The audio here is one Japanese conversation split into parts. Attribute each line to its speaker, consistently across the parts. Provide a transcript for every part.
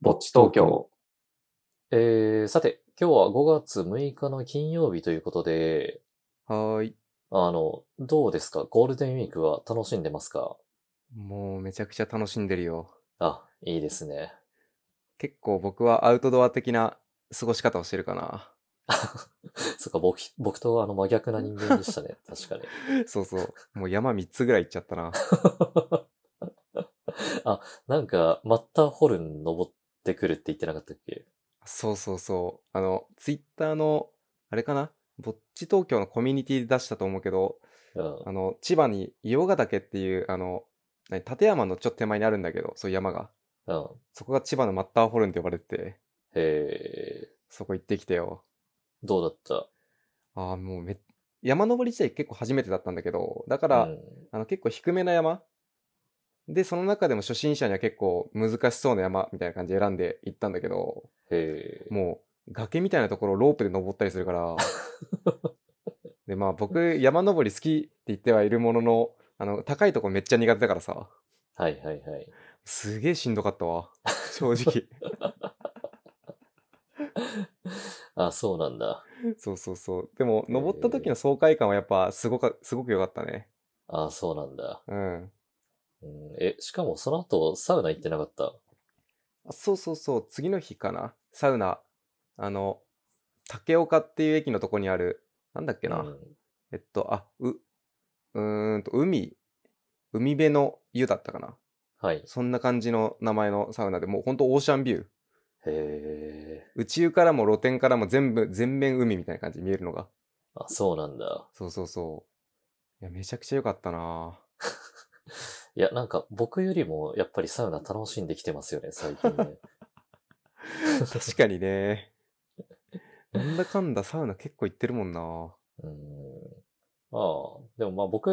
Speaker 1: ぼっち東京。
Speaker 2: えー、さて、今日は5月6日の金曜日ということで、
Speaker 3: はーい。
Speaker 2: あの、どうですかゴールデンウィークは楽しんでますか
Speaker 3: もうめちゃくちゃ楽しんでるよ。
Speaker 2: あ、いいですね。
Speaker 3: 結構僕はアウトドア的な過ごし方をしてるかな。
Speaker 2: そっか、僕、僕とあの真逆な人間でし たね。確かに。
Speaker 3: そうそう。もう山3つぐらい行っちゃったな。
Speaker 2: あ、なんか、マッターホルン登ってくるって言ってなかったっけ
Speaker 3: そうそうそう。あの、ツイッターの、あれかなぼっち東京のコミュニティで出したと思うけど、
Speaker 2: うん。
Speaker 3: あの、千葉に洋ヶ岳っていう、あの、何立山のちょっと手前にあるんだけど、そういう山が。
Speaker 2: うん。
Speaker 3: そこが千葉のマッターホルンって呼ばれてて、
Speaker 2: え
Speaker 3: そこ行ってきてよ。
Speaker 2: ー、どうだった
Speaker 3: ああ、もうめ、山登り自体結構初めてだったんだけど、だから、
Speaker 2: うん、
Speaker 3: あの結構低めな山で、その中でも初心者には結構難しそうな山みたいな感じで選んで行ったんだけど、
Speaker 2: えー、
Speaker 3: もう崖みたいなところをロープで登ったりするから。で、まあ僕山登り好きって言ってはいるものの、あの高いとこめっちゃ苦手だからさ、
Speaker 2: はいはいはい。
Speaker 3: すげえしんどかったわ。正直。
Speaker 2: あ、そうなんだ。
Speaker 3: そうそうそう。でも登った時の爽快感はやっぱすごか、すごく良かったね。
Speaker 2: あ、そうなんだ。
Speaker 3: うん。
Speaker 2: うん、え、しかもその後、サウナ行ってなかった
Speaker 3: あそうそうそう、次の日かな。サウナ。あの、竹岡っていう駅のとこにある、なんだっけな。
Speaker 2: うん
Speaker 3: えっと、あ、う、うーんと、海、海辺の湯だったかな。
Speaker 2: はい。
Speaker 3: そんな感じの名前のサウナで、もうほんとオーシャンビュー。
Speaker 2: へ
Speaker 3: 宇宙からも露天からも全部、全面海みたいな感じに見えるのが。
Speaker 2: ー。あ、そうなんだ。
Speaker 3: そうそうそう。いや、めちゃくちゃ良かったない
Speaker 2: や、なんか僕よりもやっぱりサウナ楽しんできてますよね、最近 ね。
Speaker 3: ぁ確か にね。なんだかんだサウナ結構行ってるもんなぁ
Speaker 2: うん。まあ、でもまあ僕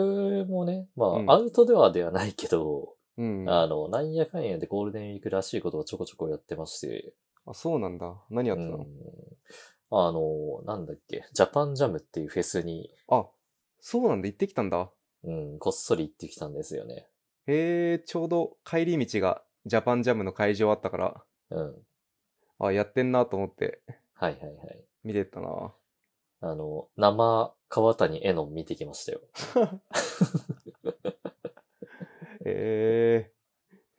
Speaker 2: もね、まあ、
Speaker 3: うん
Speaker 2: アウトドアではないけど、
Speaker 3: うん。
Speaker 2: あ
Speaker 3: あ、
Speaker 2: の、なんやかんやでゴールデンウィークらしいことをちょこちょこやってまして、
Speaker 3: そうなんだ。何やっ
Speaker 2: う
Speaker 3: てた
Speaker 2: ん
Speaker 3: の、。
Speaker 2: あの、なんだっけ、ジャパンジャムっていうフェスに、
Speaker 3: あ、そうなんだ。行ってきたんだ。
Speaker 2: うん、こっそり行ってきたんですよね。
Speaker 3: へえ、ちょうど帰り道がジャパンジャムの会場あったから、
Speaker 2: うん。
Speaker 3: あ、やってんなと思って
Speaker 2: はいはいはい。
Speaker 3: 見てったな。
Speaker 2: あの、生川谷絵の見てきましたよ。
Speaker 3: え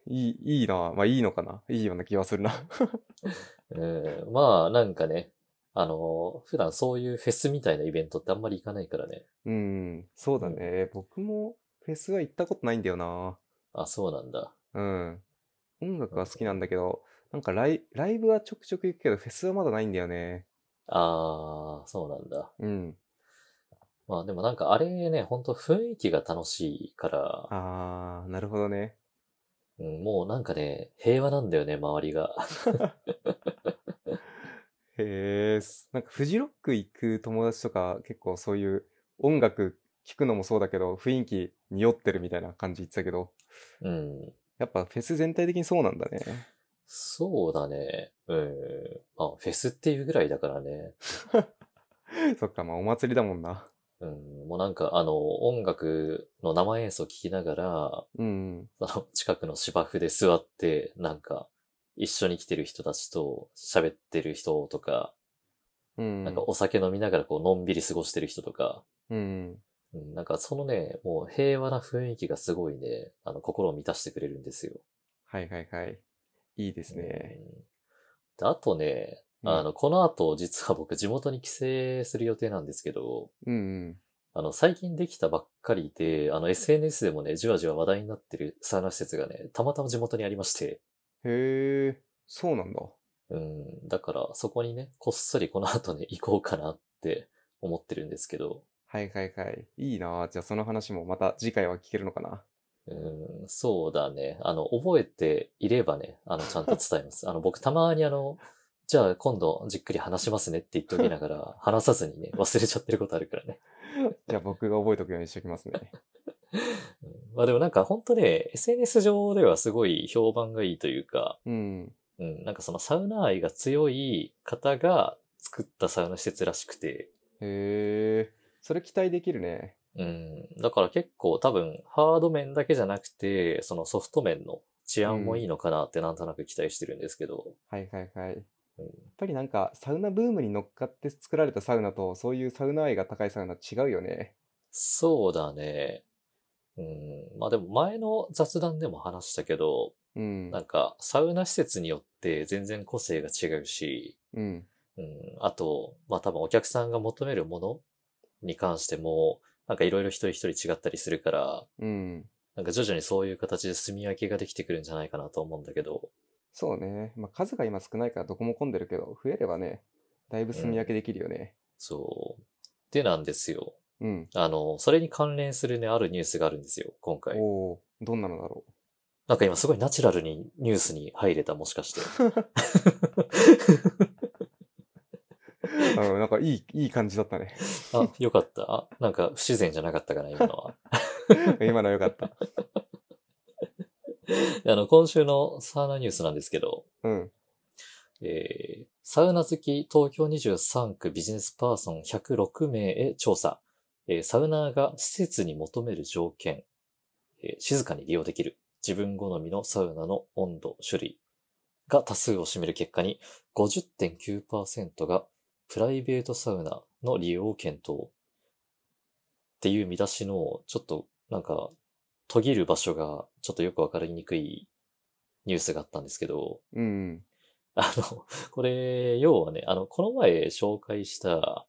Speaker 3: えいい、いいな。まあいいのかな。いいような気はするな。
Speaker 2: うん、まあ、なんかね、あの、普段そういうフェスみたいなイベントってあんまり行かないからね。
Speaker 3: うん、そうだね。僕もフェスは行ったことないんだよな。
Speaker 2: あ、そうなんだ。
Speaker 3: うん。音楽は好きなんだけど、なんかライライブはちょくちょく行くけど、フェスはまだないんだよね。
Speaker 2: ああ、そうなんだ。
Speaker 3: うん。
Speaker 2: まあでもなんかあれね、ほんと雰囲気が楽しいから、
Speaker 3: あー、なるほどね。
Speaker 2: うん、もうなんかね、平和なんだよね、周りが。
Speaker 3: へえ、すなんかフジロック行く友達とか結構そういう音楽聴くのもそうだけど雰囲気に酔ってるみたいな感じ言ってたけど、
Speaker 2: うん。
Speaker 3: やっぱフェス全体的にそうなんだね。
Speaker 2: そうだね。うん。まあ、フェスっていうぐらいだからね。
Speaker 3: そっか、まあお祭りだもんな。
Speaker 2: うん。もうなんかあの、音楽の生演奏聴きながら、
Speaker 3: うん。
Speaker 2: あの、近くの芝生で座って、なんか、一緒に来てる人たちと喋ってる人とか、
Speaker 3: うん。
Speaker 2: なんかお酒飲みながらこう、のんびり過ごしてる人とか、
Speaker 3: うん。
Speaker 2: うん、なんかそのね、もう平和な雰囲気がすごいね、あの、心を満たしてくれるんですよ。
Speaker 3: はいはいはい。いいですね。
Speaker 2: うんであとね、
Speaker 3: うん
Speaker 2: あの、この後、実は僕、地元に帰省する予定なんですけど、
Speaker 3: うんうん。
Speaker 2: あの、最近できたばっかりで、あの、SNS でもね、じわじわ話題になってるサウナ施設がね、たまたま地元にありまして、
Speaker 3: へえ、そうなんだ。
Speaker 2: うん、だから、そこにね、こっそりこの後ね、行こうかなって思ってるんですけど、
Speaker 3: はいはいはい。いいなじゃあその話もまた次回は聞けるのかな。
Speaker 2: うん、そうだね。あの、覚えていればね、あの、ちゃんと伝えます。あの、僕たまにあの、じゃあ今度じっくり話しますねって言っておきながら、話さずにね、忘れちゃってることあるからね。
Speaker 3: じゃあ僕が覚えとくようにしておきますね。
Speaker 2: うんまあでもなんか本当ね、SNS 上ではすごい評判がいいというか、
Speaker 3: うん。
Speaker 2: うん、なんかそのサウナ愛が強い方が作ったサウナ施設らしくて、
Speaker 3: へえ、それ期待できるね。
Speaker 2: うん、だから結構多分ハード面だけじゃなくて、そのソフト面の治安もいいのかなってなんとなく期待してるんですけど、
Speaker 3: はいはいはい。やっ
Speaker 2: うん
Speaker 3: ぱりなんかサウナブームに乗っかって作られたサウナとそういうサウナ愛が高いサウナ違うよね。
Speaker 2: そうだね。うん、まあでも前の雑談でも話したけど、
Speaker 3: うん。
Speaker 2: なんかサウナ施設によって全然個性が違うし、
Speaker 3: うん。
Speaker 2: うん、あと、まあ多分お客さんが求めるものに関しても、なんかいろいろ一人一人違ったりするから、
Speaker 3: うん。
Speaker 2: なんか徐々にそういう形で住み分けができてくるんじゃないかなと思うんだけど、
Speaker 3: そうね。まあ数が今少ないからどこも混んでるけど、増えればね、だいぶ住み分けできるよね。
Speaker 2: そう。でなんですよ。
Speaker 3: うん。
Speaker 2: あの、それに関連するね、あるニュースがあるんですよ、今回。
Speaker 3: おおどんなのだろ
Speaker 2: なんか今すごいナチュラルにニュースに入れた、もしかして。
Speaker 3: う。うん、なんかいい、いい感じだっ たね。
Speaker 2: あ、よかった。あなんか不自然じゃなかったかな、今のは。
Speaker 3: 今のよかった。
Speaker 2: あの、今週のサウナニュースなんですけど、
Speaker 3: うん。
Speaker 2: えーサウナ好き東京23区ビジネスパーソン106名へ調査。えーサウナーが施設に求める条件、えー静かに利用できる。自分好みのサウナの温度、種類が多数を占める結果に、50.9%がプライベートサウナの利用を検討。っていう見出しの、ちょっとなんか、途切る場所がちょっとよくわかりにくいニュースがあったんですけど、
Speaker 3: うん。
Speaker 2: あの、これ、要はね、あの、この前紹介した、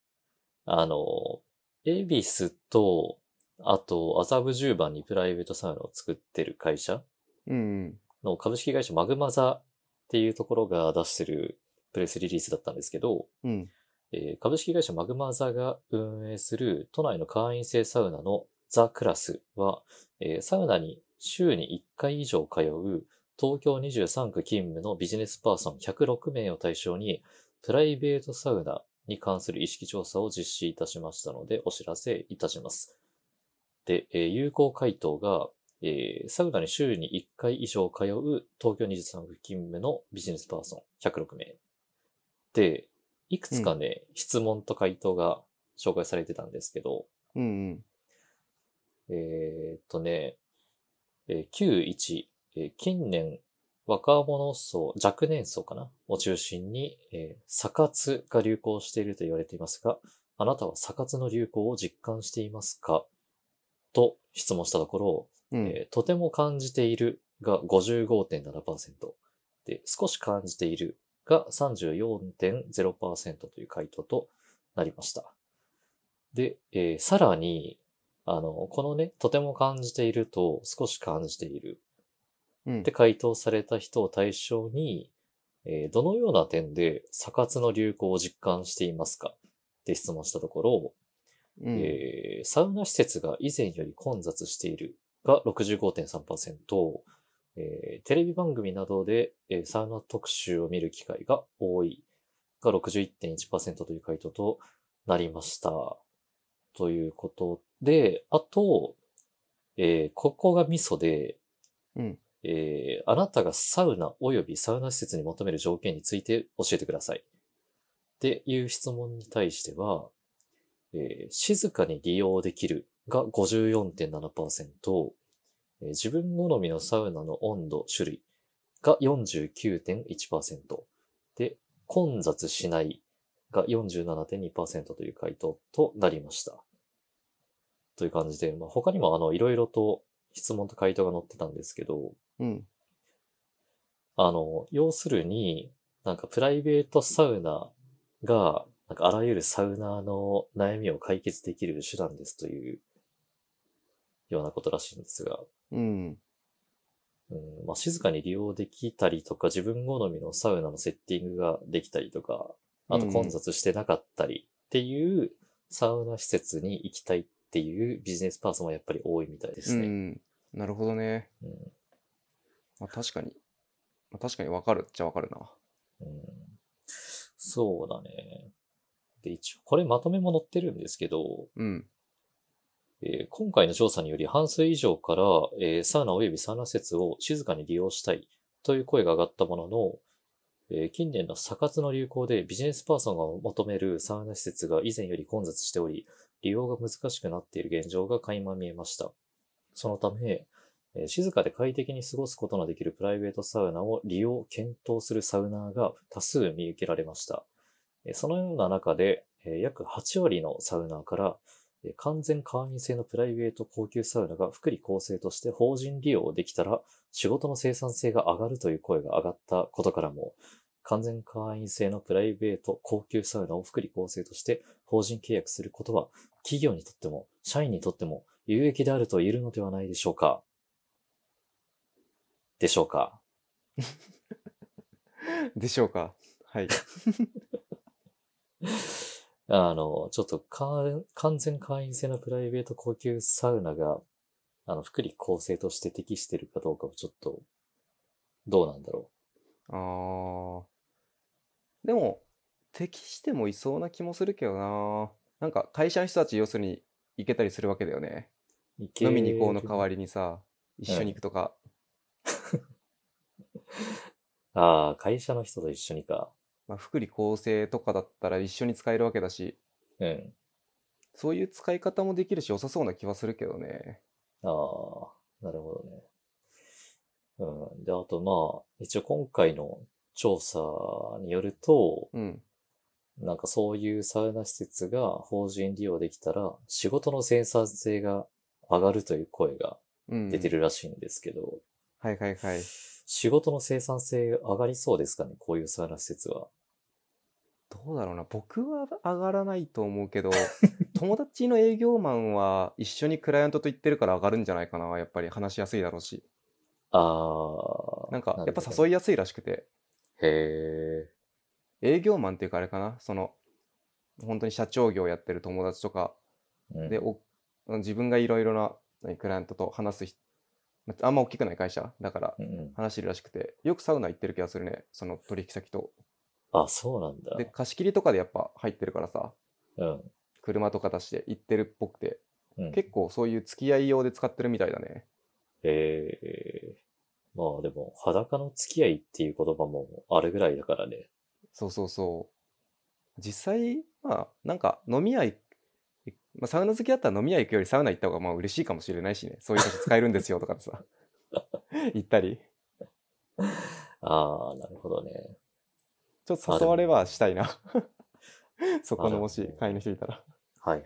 Speaker 2: あの、エビスと、あと、麻布十番にプライベートサウナを作ってる会社
Speaker 3: うん。
Speaker 2: の株式会社マグマザっていうところが出してるプレスリリースだったんですけど、
Speaker 3: うん。
Speaker 2: えー株式会社マグマザが運営する都内の会員制サウナのザ・クラスは、えーサウナに週に1回以上通う東京23区勤務のビジネスパーソン106名を対象にプライベートサウナに関する意識調査を実施いたしましたのでお知らせいたします。で、えー有効回答が、えーサウナに週に1回以上通う東京23区勤務のビジネスパーソン106名。で、いくつかね、質問と回答が紹介されてたんですけど、
Speaker 3: うん。うん。
Speaker 2: えーっとね、えー91、えー近年、若者層、若年層かなを中心に、えー、サカツが流行していると言われていますが、あなたはサカツの流行を実感していますかと質問したところ、
Speaker 3: うん。
Speaker 2: えーとても感じているが55.7%で、少し感じているが34.0%という回答となりました。で、えーさらに、あの、このね、とても感じていると少し感じている
Speaker 3: うん
Speaker 2: って回答された人を対象に、えーどのような点で、サカツの流行を実感していますかって質問したところ、
Speaker 3: うん
Speaker 2: えーサウナ施設が以前より混雑しているが65.3%、えーテレビ番組などで、えーサウナ特集を見る機会が多いが61.1%という回答となりました。ということで、あと、えーここがミソで、
Speaker 3: うん
Speaker 2: えーあなたがサウナ及びサウナ施設に求める条件について教えてください。っていう質問に対しては、えー静かに利用できるが54.7%、えー自分好みのサウナの温度、種類が49.1%、で、混雑しないが47.2%という回答となりました。という感じで、まあ、他にもあの、いろいろと質問と回答が載ってたんですけど、
Speaker 3: うん。
Speaker 2: あの、要するに、なんかプライベートサウナが、なんかあらゆるサウナーの悩みを解決できる手段ですというようなことらしいんですが、
Speaker 3: うん。
Speaker 2: うんまあ、静かに利用できたりとか、自分好みのサウナのセッティングができたりとか、あと
Speaker 3: うん
Speaker 2: 混雑してなかったりっていうサウナ施設に行きたいっていうビジネスパーソンはやっぱり多いみたいです
Speaker 3: う
Speaker 2: ね。
Speaker 3: ん。なるほどね。
Speaker 2: うん
Speaker 3: まあ、確かに。まあ、確かにわかるっちゃわかるな。
Speaker 2: うんそうだね。で、一応、これまとめも載ってるんですけど、
Speaker 3: うん。
Speaker 2: えー今回の調査により半数以上から、えーサウナ及びサウナ施設を静かに利用したいという声が上がったものの、えー近年のサ活の流行でビジネスパーソンが求めるサウナ施設が以前より混雑しており、利用が難しくなっている現状が垣間見えました。そのため、えー静かで快適に過ごすことのできるプライベートサウナを利用、検討するサウナーが多数見受けられました。えーそのような中で、えー約8割のサウナーから、えー完全会員制のプライベート高級サウナが福利厚生として法人利用できたら仕事の生産性が上がるという声が上がったことからも、完全会員制のプライベート高級サウナを福利厚生として法人契約することは企業にとっても社員にとっても有益であると言えるのではないでしょうか。でしょうか。
Speaker 3: でしょうか。 はい。
Speaker 2: あの、ちょっとか完全会員制のプライベート高級サウナが、あの、福利厚生として適してるかどうかをちょっと、どうなんだろ
Speaker 3: あーでも、適してもいそうな気もするけどな。なんか会社の人たち要するに行けたりするわけだよね。
Speaker 2: う。いける
Speaker 3: 飲みに行こうの代わりにさ、一緒に行くとか。
Speaker 2: ああ、会社の人と一緒にか。
Speaker 3: まあ、福利厚生とかだったら一緒に使えるわけだし、
Speaker 2: うん。
Speaker 3: そういう使い方もできるし良さそうな気はするけどね。
Speaker 2: ああ、なるほどね。うん。で、あと、まあ、一応今回の調査によると、
Speaker 3: うん。
Speaker 2: なんかそういうサウナ施設が法人利用できたら、仕事の生産性が上がるという声が
Speaker 3: うん、
Speaker 2: 出て。るらしいんですけど、
Speaker 3: はいはいはい。
Speaker 2: 仕事の生産性上がりそうですかねこういうサウナ施設は。
Speaker 3: どうだろうな。僕は上がらないと思 うけど、友達の営業マンは一緒にクライアントと行ってるから上がるんじゃないかな。やっぱり話しやすいだろうし。
Speaker 2: ああ。
Speaker 3: なんか、やっぱ
Speaker 2: い。
Speaker 3: 誘いやすいらしくて。
Speaker 2: へえ。
Speaker 3: 営業マンっていうかあれかなその本当に社長業やってる友達とか
Speaker 2: うん
Speaker 3: で、お自分がいろいろな何クライアントと話す人まああんま大きくない会社だから
Speaker 2: うんうん、
Speaker 3: 話してるらしくてよくサウナ行ってる気がするねその取引先と
Speaker 2: あ、そうなんだ。
Speaker 3: で貸し切りとかでやっぱ入ってるからさ
Speaker 2: うん。
Speaker 3: 車とか出して行ってるっぽくて
Speaker 2: うん、
Speaker 3: 結構そういう付き合い用で使ってるみたいだね
Speaker 2: ええまあでも、裸の付き合いっていう言葉もあるぐらいだからね。
Speaker 3: そうそうそう実際まあなんか飲み屋行くまあ、サウナ好きだったら飲み屋行くよりサウナ行った方がまあ嬉しいかもしれないしねそういう時使えるんですよと かさ行ったり
Speaker 2: ああ、なるほどね。
Speaker 3: ちょっと誘われはしたいな そこ
Speaker 2: あで
Speaker 3: の
Speaker 2: も
Speaker 3: もし会員の人いたら
Speaker 2: はいはい。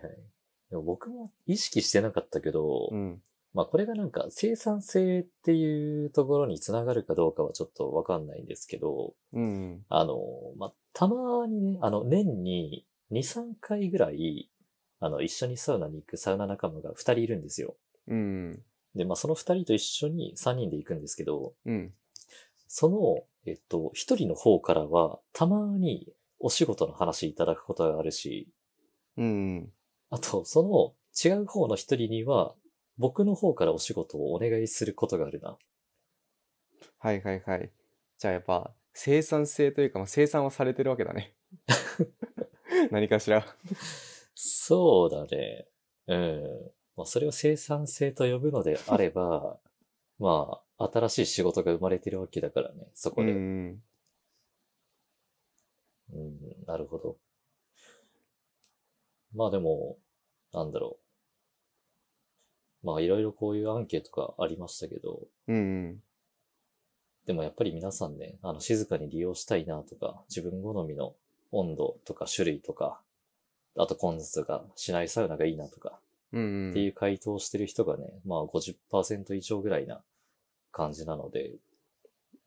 Speaker 2: でも僕も意識してなかったけど、
Speaker 3: うん
Speaker 2: まあこれがなんか生産性っていうところにつながるかどうかはちょっとわかんないんですけど、
Speaker 3: うん
Speaker 2: あの、まあ、たまにね、あの、年に2、3回ぐらい、あの、一緒にサウナに行くサウナ仲間が2人いるんですよ。
Speaker 3: うん
Speaker 2: で、まあ、その2人と一緒に3人で行くんですけど、
Speaker 3: うん
Speaker 2: その、えっと、1人の方からは、たまにお仕事の話いただくことがあるし、
Speaker 3: うん
Speaker 2: あと、その違う方の1人には、僕の方からお仕事をお願いすることがあるな。
Speaker 3: はいはいはいじゃあやっぱ生産性というか、まあ、生産はされてるわけだ ね何かしら
Speaker 2: そうだね。うん。まあ、それを生産性と呼ぶのであれば、 まあ、新しい仕事が生まれてるわけだからね、そこ
Speaker 3: う
Speaker 2: で。うん、
Speaker 3: ん
Speaker 2: なるほど。まあでも、なんだろう。まあ、いろいろこういうアンケートがありましたけど、
Speaker 3: うん
Speaker 2: でもやっぱり皆さんね、あの、静かに利用したいなとか、自分好みの温度とか種類とか、あと混雑がしないサウナがいいなとか、
Speaker 3: うんうん
Speaker 2: っていう回答をしてる人がね、まあ50%以上ぐらいな感じなので、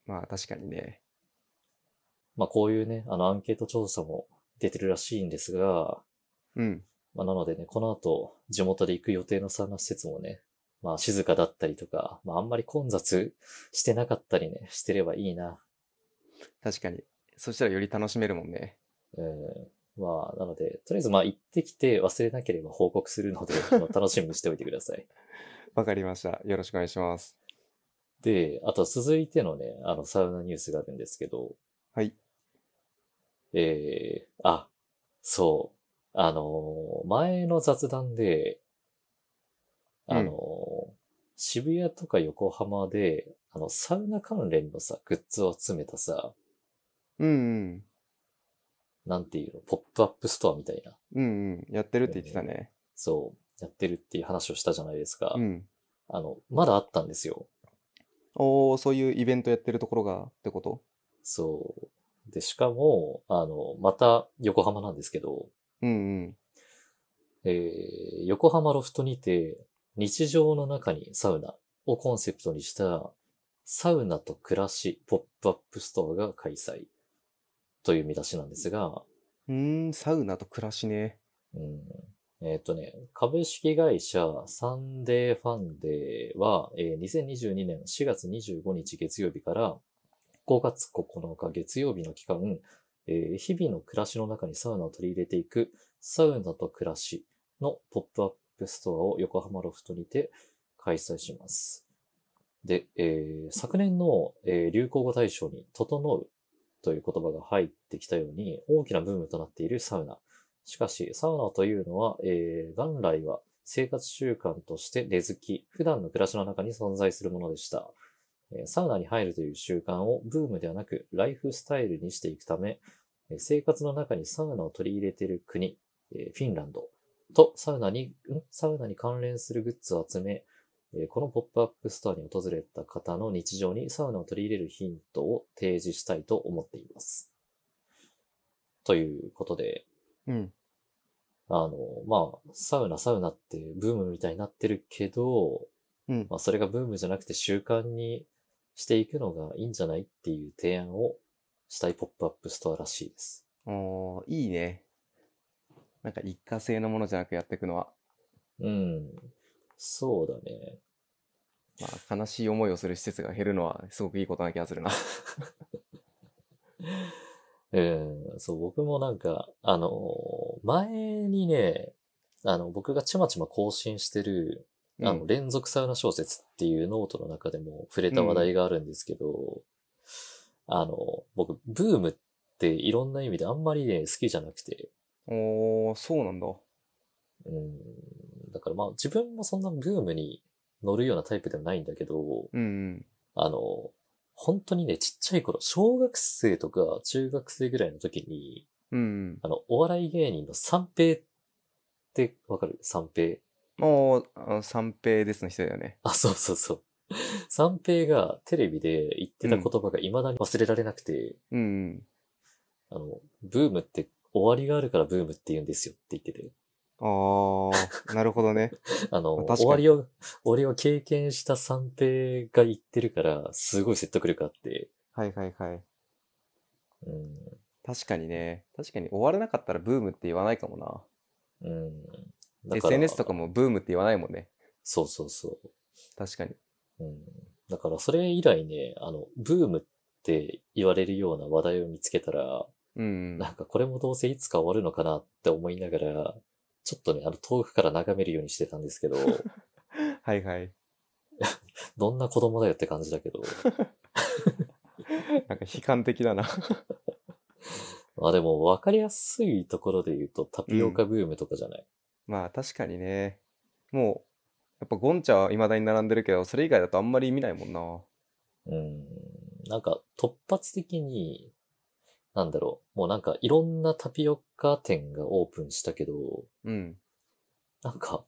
Speaker 3: まあ確かにね
Speaker 2: まあこういうね、あのアンケート調査も出てるらしいんですが、
Speaker 3: うん
Speaker 2: まあなのでね、この後地元で行く予定のサウナ施設もね、まあ静かだったりとか、まああんまり混雑してなかったりね、してればいいな。
Speaker 3: 確かにそしたらより楽しめるもんね
Speaker 2: うん。まあなので、とりあえずまあ行ってきて忘れなければ報告するので、あの楽しみにしておいてください。
Speaker 3: わかりましたよろしくお願いします
Speaker 2: で、あと続いてのね、あのサウナニュースがあるんですけど、
Speaker 3: はい
Speaker 2: えー、あ、そう。あのー前の雑談で、あのー渋谷とか横浜で、あの、サウナ関連のさ、グッズを集めたさ、
Speaker 3: うんうん
Speaker 2: なんていうの、ポップアップストアみたいな、
Speaker 3: うんうんやってるって言ってたね
Speaker 2: そう、やってるっていう話をしたじゃないですか。
Speaker 3: うん
Speaker 2: あの、まだあったんですよ。
Speaker 3: おー、そういうイベントやってるところがってこと
Speaker 2: そう。で、しかも、あの、また横浜なんですけど、
Speaker 3: うんうん。
Speaker 2: えー横浜ロフトにて、日常の中にサウナをコンセプトにした、サウナと暮らしポップアップストアが開催という見出しなんですが、
Speaker 3: うーん、サウナと暮らしね。
Speaker 2: うん、えーっ、とね、株式会社サンデーファンデーは、えー2022年4月25日月曜日から5月9日月曜日の期間、えー日々の暮らしの中にサウナを取り入れていくサウナと暮らしのポップアップストアを横浜ロフトにて開催します。で、えー昨年の、えー流行語大賞に整うという言葉が入ってきたように大きなブームとなっているサウナ。しかし、サウナというのは、えー元来は生活習慣として根付き、普段の暮らしの中に存在するものでした。えーサウナに入るという習慣をブームではなく、ライフスタイルにしていくため、えー生活の中にサウナを取り入れている国、えーフィンランドとサウナに、んサウナに関連するグッズを集め、えーこのポップアップストアに訪れた方の日常にサウナを取り入れるヒントを提示したいと思っています。ということで、
Speaker 3: うん。
Speaker 2: あの、まあ、サウナ、サウナってブームみたいになってるけど、
Speaker 3: うん。
Speaker 2: まあ、それがブームじゃなくて習慣にしていくのがいいんじゃないっていう提案をしたいポップアップストアらしいです。
Speaker 3: おー、いいね。なんか一過性のものじゃなくやっていくのは、
Speaker 2: うん。そうだね。
Speaker 3: まあ、悲しい思いをする施設が減るのはすごくいいことな気がするな。
Speaker 2: うん、そう、僕もなんか、あの、前にね、あの、僕がちまちま更新してる、あの、連続サウナ小説っていうノートの中でも触れた話題があるんですけど、あの、僕、ブームっていろんな意味であんまりね、好きじゃなくて、
Speaker 3: うん、おー、そうなんだ。
Speaker 2: うん、だからまあ自分もそんなブームに乗るようなタイプではないんだけど、
Speaker 3: うんうん。
Speaker 2: あの、本当にね、ちっちゃい頃、小学生とか中学生ぐらいの時に、
Speaker 3: うん
Speaker 2: あの、お笑い芸人の三平ってわかる三平。
Speaker 3: うん。おー、あの三平ですの人だよね。
Speaker 2: あ、そうそうそう。三平がテレビで言ってた言葉が未だに忘れられなくて、
Speaker 3: うんうん。
Speaker 2: あの、ブームって終わりがあるからブームって言うんですよって言ってて、
Speaker 3: あー、なるほどね。
Speaker 2: あの、
Speaker 3: 確かに
Speaker 2: 終わりを、終わりを経験した三平が言ってるから、すごい説得力あって、
Speaker 3: はいはいはい。
Speaker 2: うん、
Speaker 3: 確かにね。確かに終わらなかったらブームって言わないかもな。
Speaker 2: うん。
Speaker 3: SNS とかもブームって言わないもんね。
Speaker 2: そうそうそ
Speaker 3: 確かに。
Speaker 2: う。うん。だからそれ以来ね、あの、ブームって言われるような話題を見つけたら、
Speaker 3: うんうん。
Speaker 2: なんかこれもどうせいつか終わるのかなって思いながら、ちょっとね、あの遠くから眺めるようにしてたんですけ ど、
Speaker 3: はいはい。
Speaker 2: どんな子供だよって感じだけど、
Speaker 3: なんか悲観的だな。
Speaker 2: まあでも分かりやすいところで言うとタピオカブームとかじゃない、
Speaker 3: まあ確かにね。もう、やっぱゴンチャは未だに並んでるけど、それ以外だとあんまり見ないもんな。
Speaker 2: うん、なんか突発的に、なんだろう、もうなんかいろんなタピオカ店がオープンしたけど、
Speaker 3: うん。
Speaker 2: なんか、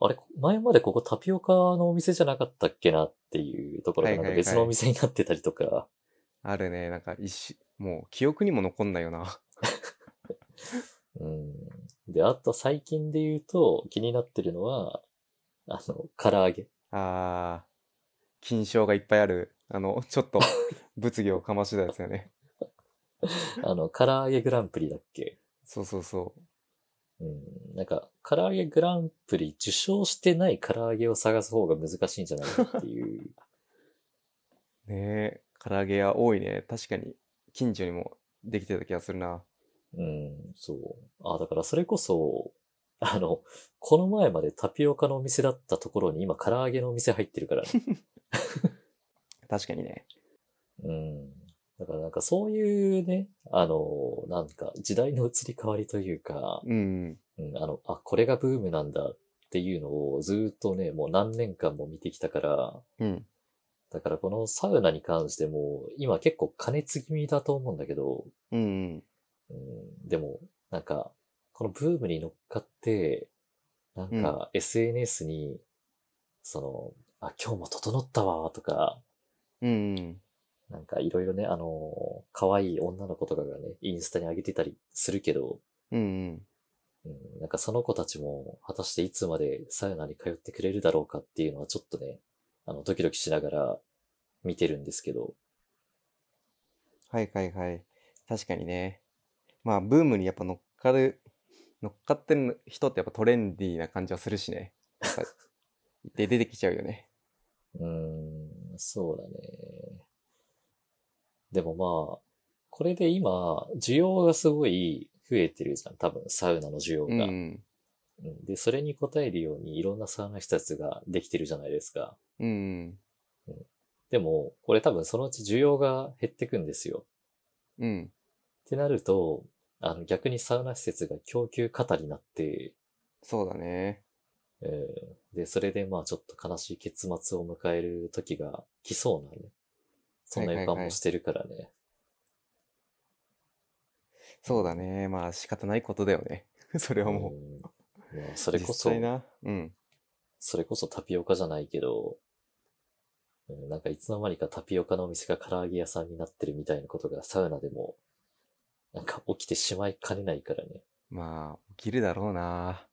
Speaker 2: あれ、前までここタピオカのお店じゃなかったっけなっていうところ
Speaker 3: は
Speaker 2: が
Speaker 3: い
Speaker 2: な
Speaker 3: は
Speaker 2: ん
Speaker 3: い
Speaker 2: か別
Speaker 3: はい
Speaker 2: のお店になってたりとか、
Speaker 3: あるね。なんか一し、もう記憶にも残んないよな。
Speaker 2: うん。で、あと最近で言うと気になってるのは、あの、唐揚げ。
Speaker 3: あー、金賞がいっぱいある。あの、 ちょっと物議をかましてたやつよね。
Speaker 2: あの、唐揚げグランプリだっけ
Speaker 3: そうそうそう。
Speaker 2: うん。なんか、唐揚げグランプリ受賞してない唐揚げを探す方が難しいんじゃないかっていう。
Speaker 3: ねえ、唐揚げ屋多いね。確かに、近所にもできてた気がするな。
Speaker 2: うん、そう。あ、だからそれこそ、あの、この前までタピオカのお店だったところに今唐揚げのお店入ってるからね、
Speaker 3: 確かにね。
Speaker 2: うん。だからなんかそういうね、あの、なんか時代の移り変わりというか、
Speaker 3: うん。
Speaker 2: うん、あの、あ、これがブームなんだっていうのをずーっとね、もう何年間も見てきたから、
Speaker 3: うん。
Speaker 2: だからこのサウナに関しても、今結構加熱気味だと思うんだけど、
Speaker 3: うんうん。
Speaker 2: うん、でも、なんか、このブームに乗っかって、なんか SNS に、その、あ、今日も整ったわ、とか、
Speaker 3: うん。
Speaker 2: なんかいろいろね、あのー、可愛い女の子とかがね、インスタに上げてたりするけど、
Speaker 3: うんうん。
Speaker 2: うん、なんかその子たちも果たしていつまでサウナに通ってくれるだろうかっていうのはちょっとね、あの、ドキドキしながら見てるんですけど、
Speaker 3: はいはいはい。確かにね。まあ、ブームにやっぱ乗っかる、乗っかってる人ってやっぱトレンディーな感じはするしね。やっぱで、出てきちゃうよね。
Speaker 2: うーん、そうだね。でもまあ、これで今、需要がすごい増えてるじゃん。多分、サウナの需要
Speaker 3: う
Speaker 2: が。
Speaker 3: ん。
Speaker 2: うんで、それに応えるようにいろんなサウナ施設ができてるじゃないですか。
Speaker 3: うん。
Speaker 2: でも、これ多分そのうち需要が減ってくんですよ。
Speaker 3: うん。
Speaker 2: ってなると、あの、逆にサウナ施設が供給過多になって、
Speaker 3: そうだね。
Speaker 2: えーで、それでまあちょっと悲しい結末を迎える時が来そうなね。そんな予
Speaker 3: はい
Speaker 2: 感
Speaker 3: はいは
Speaker 2: も
Speaker 3: い
Speaker 2: してるからね。
Speaker 3: そうだね。まあ仕方ないことだよね。 それはもう。
Speaker 2: うんいやそれこそ
Speaker 3: 実、際な。うん。
Speaker 2: それこそタピオカじゃないけど、うんなんかいつの間にかタピオカのお店が唐揚げ屋さんになってるみたいなことがサウナでも、なんか起きてしまいかねないからね。
Speaker 3: まあ、起きるだろうな。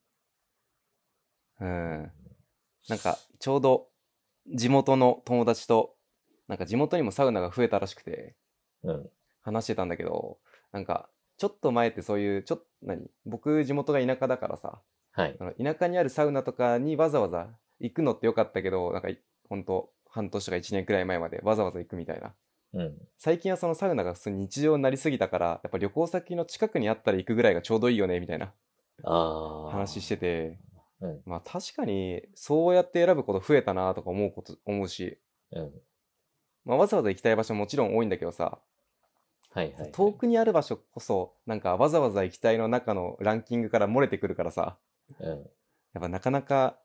Speaker 3: うん。なんか、ちょうど、地元の友達と、なんか地元にもサウナが増えたらしくて、
Speaker 2: うん。
Speaker 3: 話してたんだけど、なんか、ちょっと前ってそういう、ちょっと、何僕、地元が田舎だからさ、
Speaker 2: はい。
Speaker 3: あの田舎にあるサウナとかにわざわざ行くのってよかったけど、なんか、ほんと、半年とか1年くらい前までわざわざ行くみたいな。
Speaker 2: うん。
Speaker 3: 最近はそのサウナが普通に日常になりすぎたから、やっぱ旅行先の近くにあったら行くぐらいがちょうどいいよね、みたいな
Speaker 2: ああ。
Speaker 3: 話してて、
Speaker 2: うん
Speaker 3: まあ確かに、そうやって選ぶこと増えたなとか思うこと、思うし、
Speaker 2: うん。
Speaker 3: まあわざわざ行きたい場所ももちろん多いんだけどさ、
Speaker 2: はいはい、はい。
Speaker 3: 遠くにある場所こそ、なんかわざわざ行きたいの中のランキングから漏れてくるからさ、
Speaker 2: うん。
Speaker 3: やっぱなかなか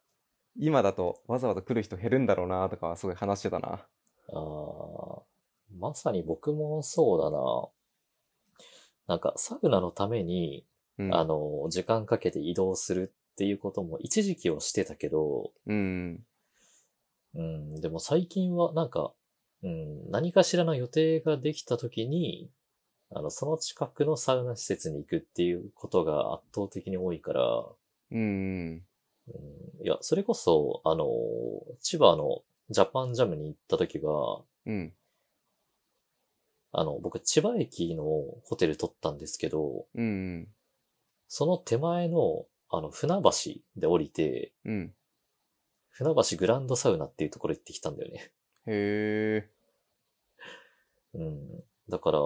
Speaker 3: 今だとわざわざ来る人減るんだろうなとかはすごい話してたな。
Speaker 2: ああ。まさに僕もそうだな。なんかサウナのために、
Speaker 3: うん。
Speaker 2: あの、時間かけて移動するっていうことも一時期はしてたけど、
Speaker 3: うん。
Speaker 2: うん、でも最近はなんか、うん、何かしらの予定ができた時に、あの、その近くのサウナ施設に行くっていうことが圧倒的に多いから、
Speaker 3: うん。
Speaker 2: うん、いや、それこそ、あの、千葉のジャパンジャムに行った時は、
Speaker 3: うん。
Speaker 2: あの、僕千葉駅のホテル取ったんですけど、
Speaker 3: うん。
Speaker 2: その手前の、あの、船橋で降りて、
Speaker 3: うん。
Speaker 2: 船橋グランドサウナっていうところ行ってきたんだよね。
Speaker 3: へえ。
Speaker 2: うん。だから、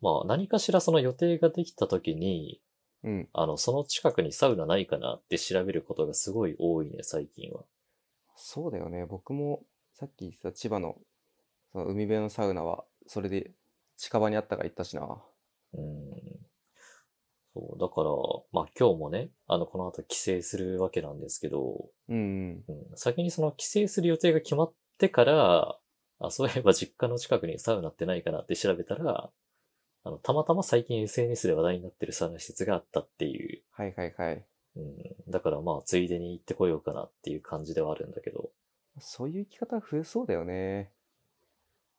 Speaker 2: まあ何かしらその予定ができた時に、
Speaker 3: うん。
Speaker 2: あの、その近くにサウナないかなって調べることがすごい多いね、最近は。
Speaker 3: そうだよね。僕もさっき言ってた千葉のその海辺のサウナは、それで近場にあったから行ったしな。
Speaker 2: うん。そう、だから、まあ今日もね、あの、この後帰省するわけなんですけど、
Speaker 3: う
Speaker 2: う
Speaker 3: ん。
Speaker 2: ん、先にその帰省する予定が決まってから、あ、そういえば実家の近くにサウナってないかなって調べたら、あの、たまたま最近 SNS で話題になってるサウナ施設があったっていう
Speaker 3: はいはいはい。
Speaker 2: うん、だからまあ、ついでに行ってこようかなっていう感じではあるんだけど。
Speaker 3: そういう生き方増えそうだよね。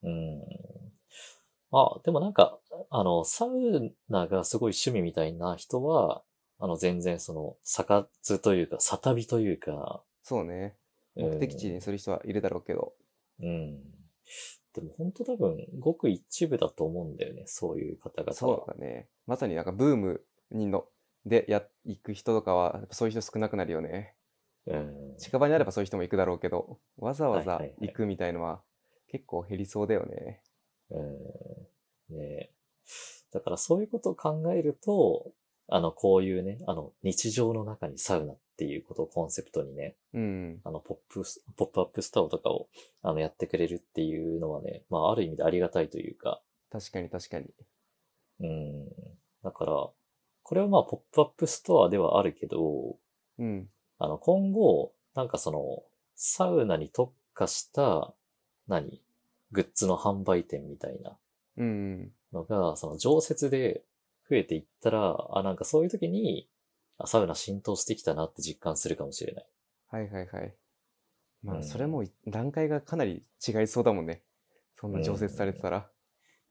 Speaker 2: うん。あ、でもなんか、あの、サウナがすごい趣味みたいな人は、あの、全然その、サカツというか、サタビというか、
Speaker 3: そうね。
Speaker 2: うん
Speaker 3: 目的地にする人はいるだろうけど。
Speaker 2: うん。でも本当多分、ごく一部だと思うんだよね、そういう方々は。
Speaker 3: そうだね。まさになんかブームにのでや行く人とかは、やっぱそういう人少なくなるよね。
Speaker 2: うん。
Speaker 3: 近場にあればそういう人も行くだろうけど、わざわ
Speaker 2: はい
Speaker 3: ざ
Speaker 2: はいはい
Speaker 3: 行くみたいのは結構減りそうだよね。
Speaker 2: うんねえだからそういうことを考えると、あの、こういうね、あの、日常の中にサウナっていうことをコンセプトにね、
Speaker 3: うん。
Speaker 2: あの、ポップス、ポップアップストアとかを、あの、やってくれるっていうのはね、まあ、ある意味でありがたいというか、
Speaker 3: 確かに確かに。
Speaker 2: うん。だから、これはまあ、ポップアップストアではあるけど、
Speaker 3: うん。
Speaker 2: あの、今後、なんかその、サウナに特化した、何グッズの販売店みたいな
Speaker 3: うん。
Speaker 2: のが、その常設で増えていったら、あ、なんかそういう時に、あサウナ浸透してきたなって実感するかもしれない。
Speaker 3: はいはいはい。ま
Speaker 2: う
Speaker 3: あ、
Speaker 2: ん
Speaker 3: それもい段階がかなり違いそうだもんね。そんな常設されてたら。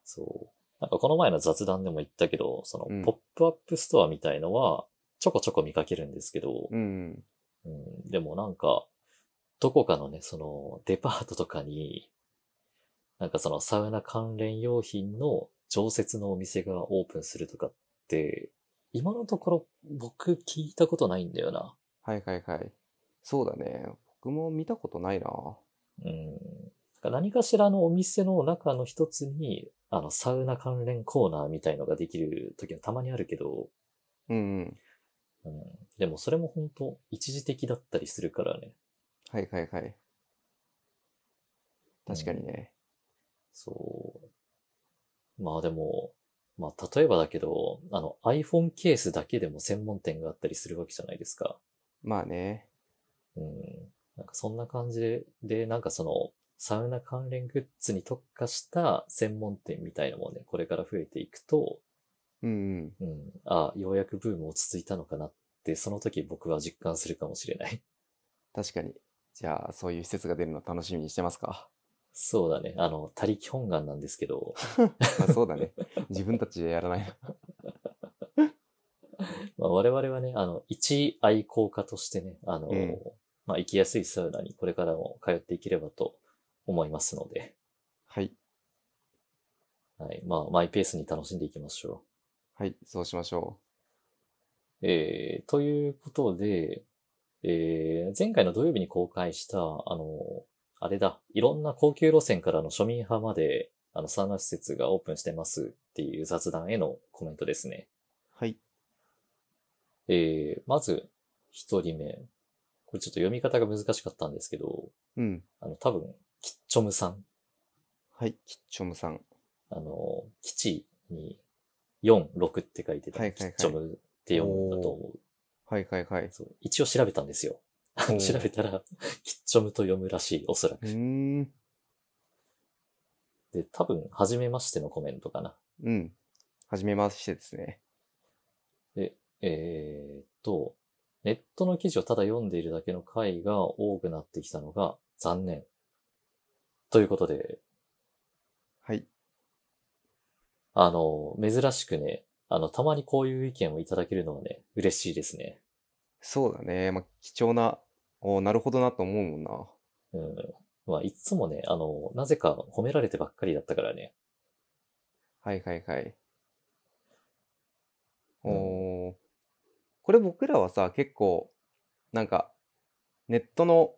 Speaker 2: そう。なんかこの前の雑談でも言ったけど、その
Speaker 3: うん
Speaker 2: ポップアップストアみたいのはちょこちょこ見かけるんですけど、
Speaker 3: うん。
Speaker 2: うん、でもなんか、どこかのね、そのデパートとかに、なんかそのサウナ関連用品の常設のお店がオープンするとかって、今のところ僕聞いたことないんだよな。
Speaker 3: はいはいはい。そうだね。僕も見たことないな。
Speaker 2: うん。なんか何かしらのお店の中の一つに、あの、サウナ関連コーナーみたいのができる時もたまにあるけど、
Speaker 3: うん、うん。
Speaker 2: うん、でもそれも本当一時的だったりするからね。
Speaker 3: はいはいはい。確かにね。
Speaker 2: そう。まあでも、まあ例えばだけど、あの iPhone ケースだけでも専門店があったりするわけじゃないですか。
Speaker 3: まあね。
Speaker 2: うん。なんかそんな感じで、で、なんかその、サウナ関連グッズに特化した専門店みたいなもんね、これから増えていくと、
Speaker 3: うん、うん。
Speaker 2: うん、あようやくブーム落ち着いたのかなって、その時僕は実感するかもしれない。
Speaker 3: 確かに。じゃあ、そういう施設が出るの楽しみにしてます か。
Speaker 2: そうだね。あの、他力本願なんですけど、
Speaker 3: まあ、そうだね。自分たちでやらない。
Speaker 2: まあ、我々はね、あの、一愛好家としてね、あの、
Speaker 3: うん
Speaker 2: まあ、行きやすいサウナにこれからも通っていければと思いますので、
Speaker 3: はい。
Speaker 2: はい。まあ、マイペースに楽しんでいきましょ
Speaker 3: はい。そうしましょ
Speaker 2: う。えー、ということで、えー、前回の土曜日に公開した、あの、あれだ、いろんな高級路線からの庶民派まで、あの、サウナ施設がオープンしてますっていう雑談へのコメントですね。
Speaker 3: う。はい。
Speaker 2: えー、まず、一人目。これちょっと読み方が難しかったんですけど、
Speaker 3: うん。
Speaker 2: あの、多分、キッチョムさん。
Speaker 3: はい。キッチョムさん。
Speaker 2: あの、基地に4、6って書いてた、
Speaker 3: はいはいはい
Speaker 2: キッチョムって読むんだと思う。
Speaker 3: はいはい はい。
Speaker 2: そう一応調べたんですよ。
Speaker 3: おー
Speaker 2: 調べたら、 キッチョムと読むらしい、おそら
Speaker 3: う
Speaker 2: く。
Speaker 3: ーん。
Speaker 2: で、多分、初めましてのコメントかな。
Speaker 3: うん。はじめましてですね。
Speaker 2: えーっと、ネットの記事をただ読んでいるだけの回が多くなってきたのが残念。ということで、
Speaker 3: はい。
Speaker 2: あの、珍しくね、あの、たまにこういう意見をいただけるのはね、嬉しいですね。
Speaker 3: そうだね。まあ、貴重な、おーなるほどなと思うもんな。
Speaker 2: うん。まあ、いつもね、あの、なぜか褒められてばっかりだったからね。
Speaker 3: はいはいはい。
Speaker 2: うん
Speaker 3: おーこれ僕らはさ、結構、なんか、ネットの、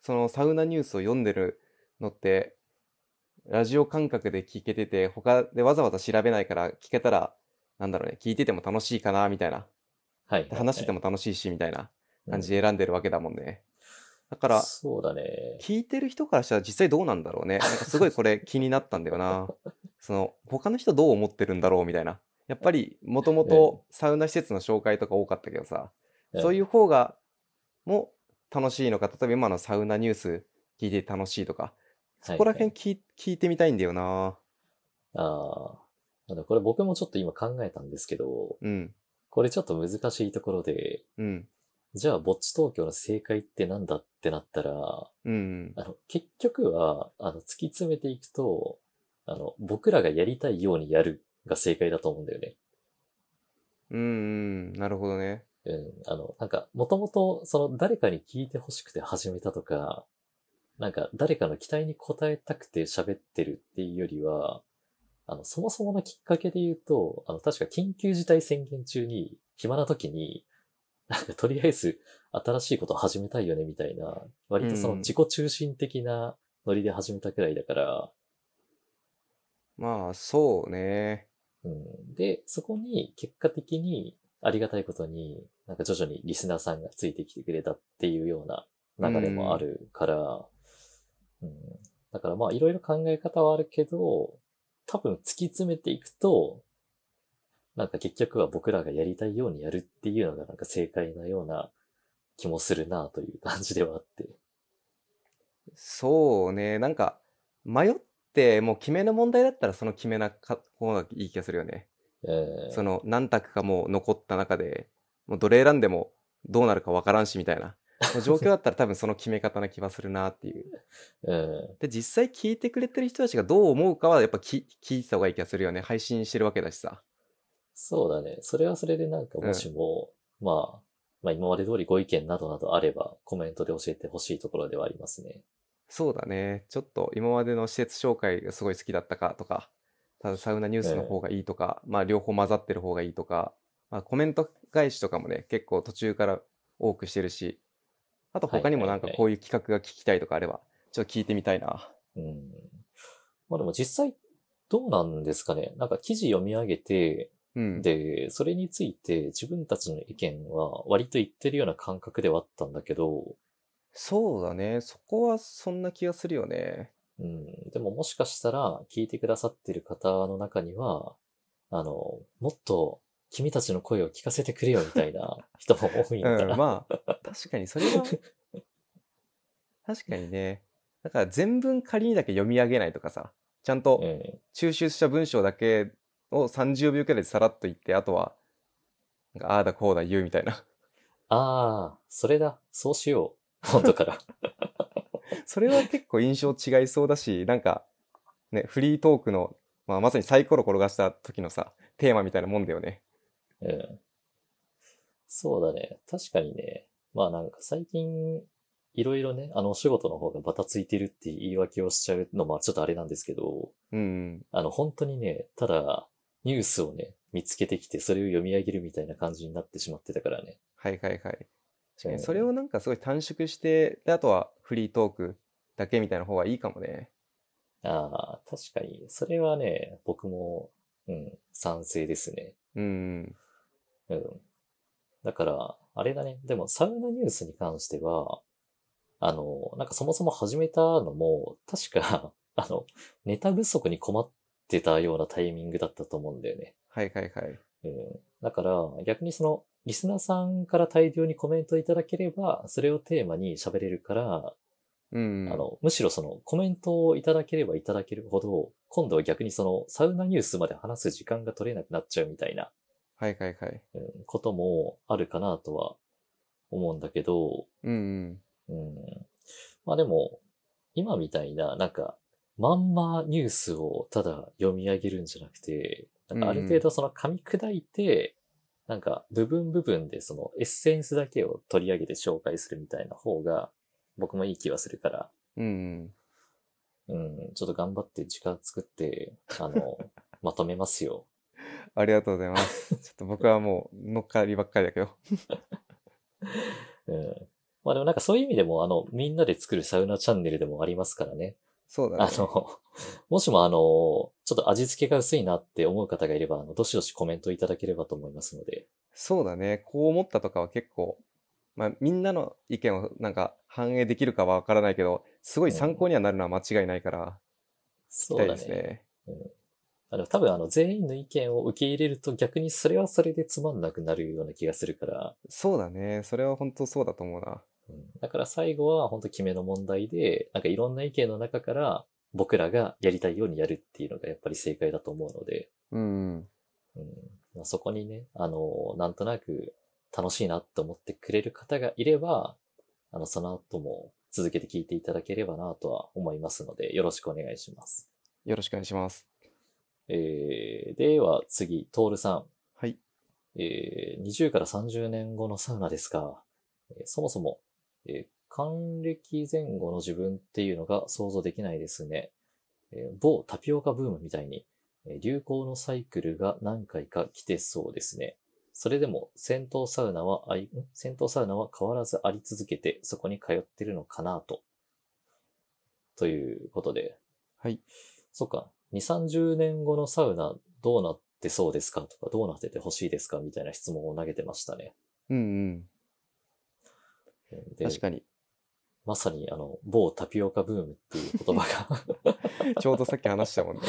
Speaker 3: そのサウナニュースを読んでるのって、ラジオ感覚で聞けてて、他でわざわざ調べないから聞けたら、なんだろうね、聞いてても楽しいかな、みたいな。
Speaker 2: はいはい、
Speaker 3: で話してて
Speaker 2: も
Speaker 3: も楽しいし、みたいな感じで選んでるわけだもんね。だから、
Speaker 2: そうだね。。
Speaker 3: 聞いてる人からしたら実際どうなんだろうね。なんかすごいこれ気になったんだよ な。その、他の人どう思ってるんだろうみたいな。やっぱり、もともとサウナ施設の紹介とか多かったけどさ、そういうう方が、も楽しいのか、例えば今のサウナニュース聞いて楽しいとか、
Speaker 2: そ
Speaker 3: ここら辺聞,、聞いてみたいんだよな。
Speaker 2: ああ。あの、これ僕もちょっと今考えたんですけど、
Speaker 3: うん、
Speaker 2: これちょっと難しいところで、
Speaker 3: うん、
Speaker 2: じゃあ、ぼっち東京の正解ってなんだってなったら、あ
Speaker 3: うん。
Speaker 2: の、結局は、あの、突き詰めていくと、あの、僕らがやりたいようにやるが正解だと思うんだよね。
Speaker 3: うん、うん、なるほどね。
Speaker 2: うん、あの、なんか、もともと、その、誰かに聞いて欲しくて始めたとか、なんか、誰かの期待に応えたくて喋ってるっていうよりは、あの、そもそものきっかけで言うと、あの、確か緊急事態宣言中に、暇な時に、なんか、とりあえず、新しいことを始めたいよね、みたいな、割とその
Speaker 3: うん
Speaker 2: 自己中心的なノリで始めたくらいだから、
Speaker 3: まあ、そうね。
Speaker 2: うん、で、そこに結果的にありがたいことに、なんか徐々にリスナーさんがついてきてくれたっていうような流れもあるから、うんだからまあいろいろ考え方はあるけど、多分突き詰めていくと、なんか結局は僕らがやりたいようにやるっていうのがなんか正解なような気もするなという感じではあって。
Speaker 3: そうね、なんか迷ってもう決めの問題だったらその決めなか方がいい気がするよね。
Speaker 2: うん
Speaker 3: その何択かもう残った中で、もうどれ選んでもどうなるかわからんしみたいな。の状況だったら多分その決め方な気はするなっていう。
Speaker 2: うん。
Speaker 3: で、実際聞いてくれてる人たちがどう思うかはやっぱき聞いてた方がいい気がするよね。配信してるわけだしさ。
Speaker 2: そうだね。それはそれでなんかもしも、まあ、まあ今まで通りご意見などなどあれば、コメントで教えてほしいところではありますね。
Speaker 3: そうだね。ちょっと今までの施設紹介がすごい好きだったかとか、ただサウナニュースの方がいいとか、まあ両方混ざってる方がいいとか、まあコメント返しとかもね、結構途中から多くしてるし、あと他にもなんか
Speaker 2: はいはいはい
Speaker 3: こういう企画が聞きたいとかあれば、ちょっと聞いてみたいな。
Speaker 2: うん。まあでも実際、どうなんですかね。なんか記事読み上げて、
Speaker 3: うん。
Speaker 2: で、それについて自分たちの意見は割と言ってるような感覚ではあったんだけど、
Speaker 3: そうだね。そこはそんな気がするよね。
Speaker 2: うん、でももしかしたら聞いてくださってる方の中には、あの、もっと君たちの声を聞かせてくれよみたいな人も多いんだ
Speaker 3: うん、
Speaker 2: な。
Speaker 3: まあ、確かにそれは、確かにね。だから全文仮にだけ読み上げないとかさ、ちゃんと
Speaker 2: うん、
Speaker 3: 抽出した文章だけを30秒くらいでさらっと言って、あとは、なんかああだこうだ言うみたいな。
Speaker 2: ああ、それだ、そうしよ う。本当から。
Speaker 3: それは結構印象違いそうだし、なんか、ね、フリートークの、まあ、まさにサイコロ転がした時のさ、テーマみたいなもんだよね。
Speaker 2: うん。そうだね。確かにね。まあなんか最近、いろいろね、あの、お仕事の方がバタついてるって言い訳をしちゃうのもちょっとあれなんですけど、
Speaker 3: うん。
Speaker 2: あの、本当にね、ただ、ニュースをね、見つけてきて、それを読み上げるみたいな感じになってしまってたからね。
Speaker 3: はいはいはい。確か
Speaker 2: うん
Speaker 3: にそれをなんかすごい短縮して、で、あとはフリートークだけみたいな方がいいかもね。
Speaker 2: ああ、確かに。それはね、僕も、うん、賛成ですね。
Speaker 3: うん。
Speaker 2: うん。だから、あれだね。でも、サウナニュースに関しては、あの、なんかそもそも始めたのも、確か、 あの、ネタ不足に困ってたようなタイミングだったと思うんだよね。
Speaker 3: はいはいはい。
Speaker 2: うん。だから、逆にその、リスナーさんから大量にコメントいただければ、それをテーマに喋れるから、
Speaker 3: うん。
Speaker 2: あの、むしろそのコメントをいただければいただけるほど、今度は逆にそのサウナニュースまで話す時間が取れなくなっちゃうみたいな、
Speaker 3: はいはいはい。
Speaker 2: うん、こともあるかなとは思うんだけど、
Speaker 3: うんう
Speaker 2: う
Speaker 3: ん。
Speaker 2: ん、まあでも、今みたいな、なんか、まんまニュースをただ読み上げるんじゃなくて、なんかある程度その噛み砕いて、なんか部分部分でそのエッセンスだけを取り上げて紹介するみたいな方が、僕もいい気はするから、
Speaker 3: うんうん。
Speaker 2: うん、ちょっと頑張って時間作って、あ の、まとめますよ。
Speaker 3: ありがとうござい ます。ちょっと僕はもう乗っかりばっかりだけど。
Speaker 2: うん。まあでもなんかそういう意味でも、あの、みんなで作るサウナチャンネルでもありますからね。
Speaker 3: そうだ
Speaker 2: あ
Speaker 3: ね。
Speaker 2: の、 もしもあの、ちょっと味付けが薄いなって思う方がいれば、あの、どしどしコメントいただければと思いますので。
Speaker 3: そうだね。こう思ったとかは結構、まあみんなの意見をなんか反映できるかはわからないけど、すごい参考にはなるのは間違いないから、期
Speaker 2: そう
Speaker 3: 待
Speaker 2: だ
Speaker 3: です
Speaker 2: ね。
Speaker 3: ね。
Speaker 2: あの、多分あの、全員の意見を受け入れると逆にそれはそれでつまんなくなるような気がするから、
Speaker 3: そうだね。それは本当そうだと思うな。
Speaker 2: うん、だから最後は本当決めの問題で、なんかいろんな意見の中から僕らがやりたいようにやるっていうのがやっぱり正解だと思うので、
Speaker 3: うんうん。
Speaker 2: うんまあ、そこにね、あの、なんとなく楽しいなって思ってくれる方がいれば、あの、その後も続けて聞いていただければなとは思いますので、よろしくお願いします。
Speaker 3: よろしくお願いします。
Speaker 2: えー、では次、トールさん。
Speaker 3: はい。
Speaker 2: えー20から30年後のサウナですが、えーそもそも、えー還暦前後の自分っていうのが想像できないですね。えー某タピオカブームみたいに、えー流行のサイクルが何回か来てそうですね。それでも戦闘サウナはあい、ん戦闘サウナは変わらずあり続けて、そこに通ってるのかなと。ということで、
Speaker 3: はい。
Speaker 2: そっか、2、30年後のサウナどうなってそうですかとか、どうなっててほしいですかみたいな質問を投げてましたね。
Speaker 3: うんう
Speaker 2: で
Speaker 3: ん。確かに。
Speaker 2: まさにあの、某タピオカブームっていう言葉 が、
Speaker 3: ちょうどさっき話した もんね。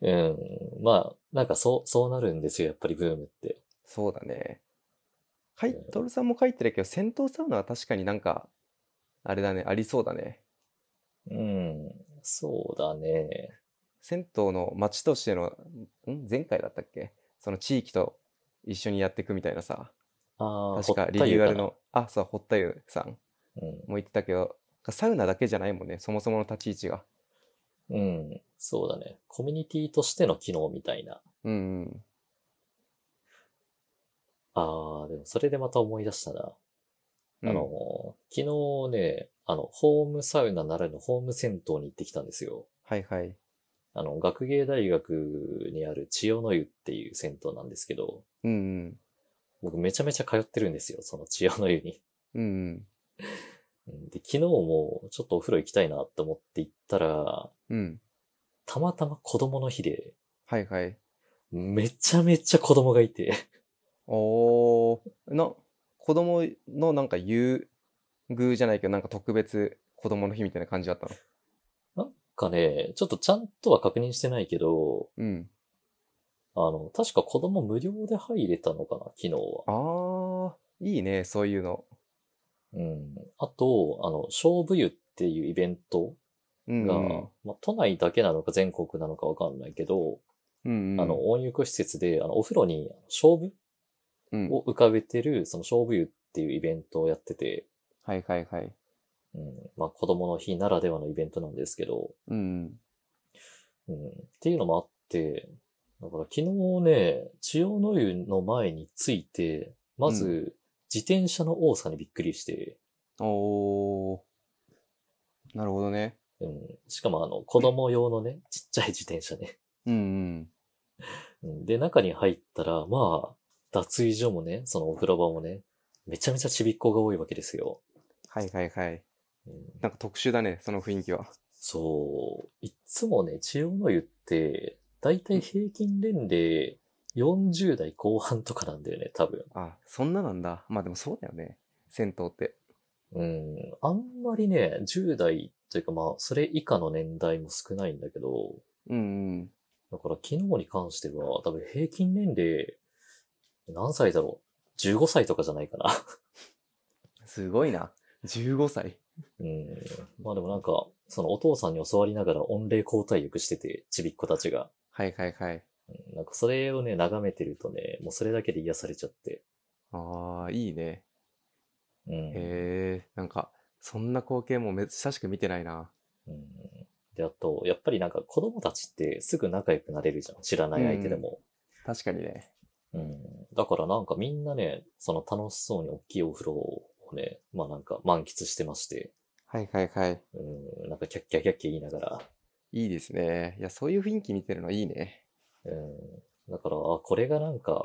Speaker 2: うん、まあ、なんかそう、そうなるんですよ、やっぱりブームって。
Speaker 3: そうだね。はい、トルさんも書いてるけど、戦闘サウナは確かになんか、あれだね、ありそうだね。
Speaker 2: うん、そうだね。
Speaker 3: 銭湯の町としての、ん前回だったっけその地域と一緒にやっていくみたいなさ、
Speaker 2: ああ、
Speaker 3: 確か
Speaker 2: ほっ
Speaker 3: リ
Speaker 2: た
Speaker 3: ニ
Speaker 2: ゆ
Speaker 3: ュ
Speaker 2: か
Speaker 3: ーア
Speaker 2: な
Speaker 3: ルの、あ、そう、堀田優さんも言ってたけど、サウナだけじゃないもんね、そもそもの立ち位置が。
Speaker 2: うん。うん。そうだね。コミュニティとしての機能みたいな。
Speaker 3: うんうん。
Speaker 2: ああ、でもそれでまた思い出したな。
Speaker 3: うん
Speaker 2: あ、の、昨日ね、あの、ホームサウナならぬホーム銭湯に行ってきたんですよ。
Speaker 3: はいはい。
Speaker 2: あの、学芸大学にある千代の湯っていう銭湯なんですけど、
Speaker 3: うんうん。
Speaker 2: 僕めちゃめちゃ通ってるんですよ、その千代の湯に。
Speaker 3: うんうん。
Speaker 2: うんで、昨日もちょっとお風呂行きたいなと思って行ったら、
Speaker 3: うん。
Speaker 2: たまたま子供の日で、
Speaker 3: はいはい。
Speaker 2: めちゃめちゃ子供がいて、
Speaker 3: おー、な、子供のなんか優遇じゃないけど、なんか特別子供の日みたいな感じだった
Speaker 2: な
Speaker 3: の。
Speaker 2: んかね、ちょっとちゃんとは確認してないけど、
Speaker 3: うん。
Speaker 2: あの、確か子供無料で入れたのかな、昨日は。
Speaker 3: あー、いいね、そういうの。
Speaker 2: うん。あと、あの、勝負湯っていうイベント
Speaker 3: うん
Speaker 2: が、
Speaker 3: うん。
Speaker 2: まあ、都内だけなのか全国なのかわかんないけど、
Speaker 3: うんうん。
Speaker 2: あの、温浴施設で、あの、お風呂に勝負
Speaker 3: うん、
Speaker 2: を浮かべてる、その勝負湯っていうイベントをやってて、
Speaker 3: はいはいはい。
Speaker 2: うん、まあ子供の日ならではのイベントなんですけど、
Speaker 3: うん。
Speaker 2: うん、っていうのもあって、だから昨日ね、千代の湯の前に着いて、まず、
Speaker 3: う
Speaker 2: 自転車の多さにびっくりして、
Speaker 3: おー。なるほどね。
Speaker 2: うん、しかもあの、子供用のね、ちっちゃい自転車ね。
Speaker 3: うん
Speaker 2: うんで、中に入ったら、まあ、脱衣所もね、そのお風呂場もね、めちゃめちゃちびっ子が多いわけですよ。
Speaker 3: はいはいはい。
Speaker 2: うん、
Speaker 3: なんか特殊だね、その雰囲気は。
Speaker 2: そう、いつもね、千代の湯って、だいたい平均年齢40代後半とかなんだよね、多分。
Speaker 3: あ、そんななんだ。まあでもそうだよね。銭湯って。
Speaker 2: うん、あんまりね、10代というかまあ、それ以下の年代も少ないんだけど、
Speaker 3: うんうん。
Speaker 2: だから昨日に関しては、多分平均年齢、何歳だろう ?15 歳とかじゃないかな。
Speaker 3: すごいな。15歳。
Speaker 2: うん。まあでもなんか、そのお父さんに教わりながら御礼交代浴してて、ちびっ子たちが。
Speaker 3: はいはいはい。
Speaker 2: うんなんかそれをね、眺めてるとね、もうそれだけで癒されちゃって。
Speaker 3: ああ、いいね。
Speaker 2: うん。
Speaker 3: へえ、なんか、そんな光景もめ久しく見てないな。
Speaker 2: うん、で、あと、やっぱりなんか子供たちってすぐ仲良くなれるじゃん。知らない相手でも。
Speaker 3: 確かにね。
Speaker 2: うん。だからなんかみんなね、その楽しそうに大きいお風呂をね、まあなんか満喫してまして、
Speaker 3: はいはいはい。
Speaker 2: うん、なんかキャッキャキャッキャ言いながら、
Speaker 3: いいですね。いや、そういう雰囲気見てるのいいね。
Speaker 2: うん。だから、あ、これがなんか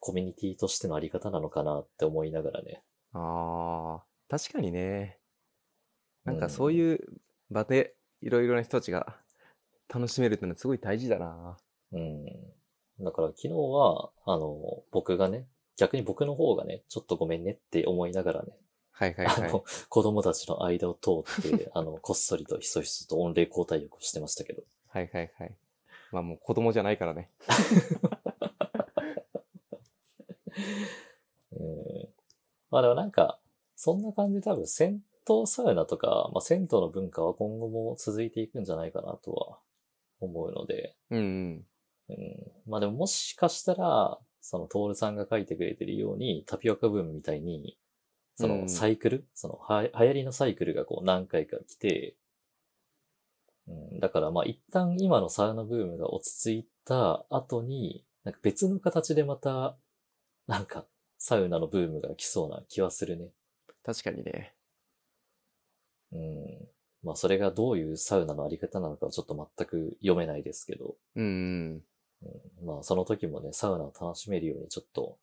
Speaker 2: コミュニティとしてのあり方なのかなって思いながらね。
Speaker 3: ああ、確かにね。なん
Speaker 2: う
Speaker 3: か
Speaker 2: ん
Speaker 3: そういう場でいろいろな人たちが楽しめるってのはすごい大事だな。
Speaker 2: うん。だから昨日は、あの、僕がね、逆に僕の方がね、ちょっとごめんねって思いながらね、
Speaker 3: はいはいは
Speaker 2: あ
Speaker 3: い。
Speaker 2: の、子供たちの間を通 って、あの、こっそりとひそひそと御礼交代浴をしてましたけど。
Speaker 3: はいはいはい。まあもう子供じゃないからね。
Speaker 2: うん。まあでもなんか、そんな感じで多分銭湯サウナとか、まあ銭湯の文化は今後も続いていくんじゃないかなとは思うので、
Speaker 3: うんうん。
Speaker 2: うん。まあでももしかしたら、そのトールさんが書いてくれてるように、タピオカブームみたいに、そ
Speaker 3: うん
Speaker 2: のサイクル、そのは流行りのサイクルがこう何回か来て、うん、だからまあ一旦今のサウナブームが落ち着いた後に、なんか別の形でまた、なんかサウナのブームが来そうな気はするね。
Speaker 3: 確かにね。
Speaker 2: うん。まあそれがどういうサウナのあり方なのかはちょっと全く読めないですけど。
Speaker 3: うんうん。
Speaker 2: まあ、その時もね、サウナを楽しめるように、ちょっと、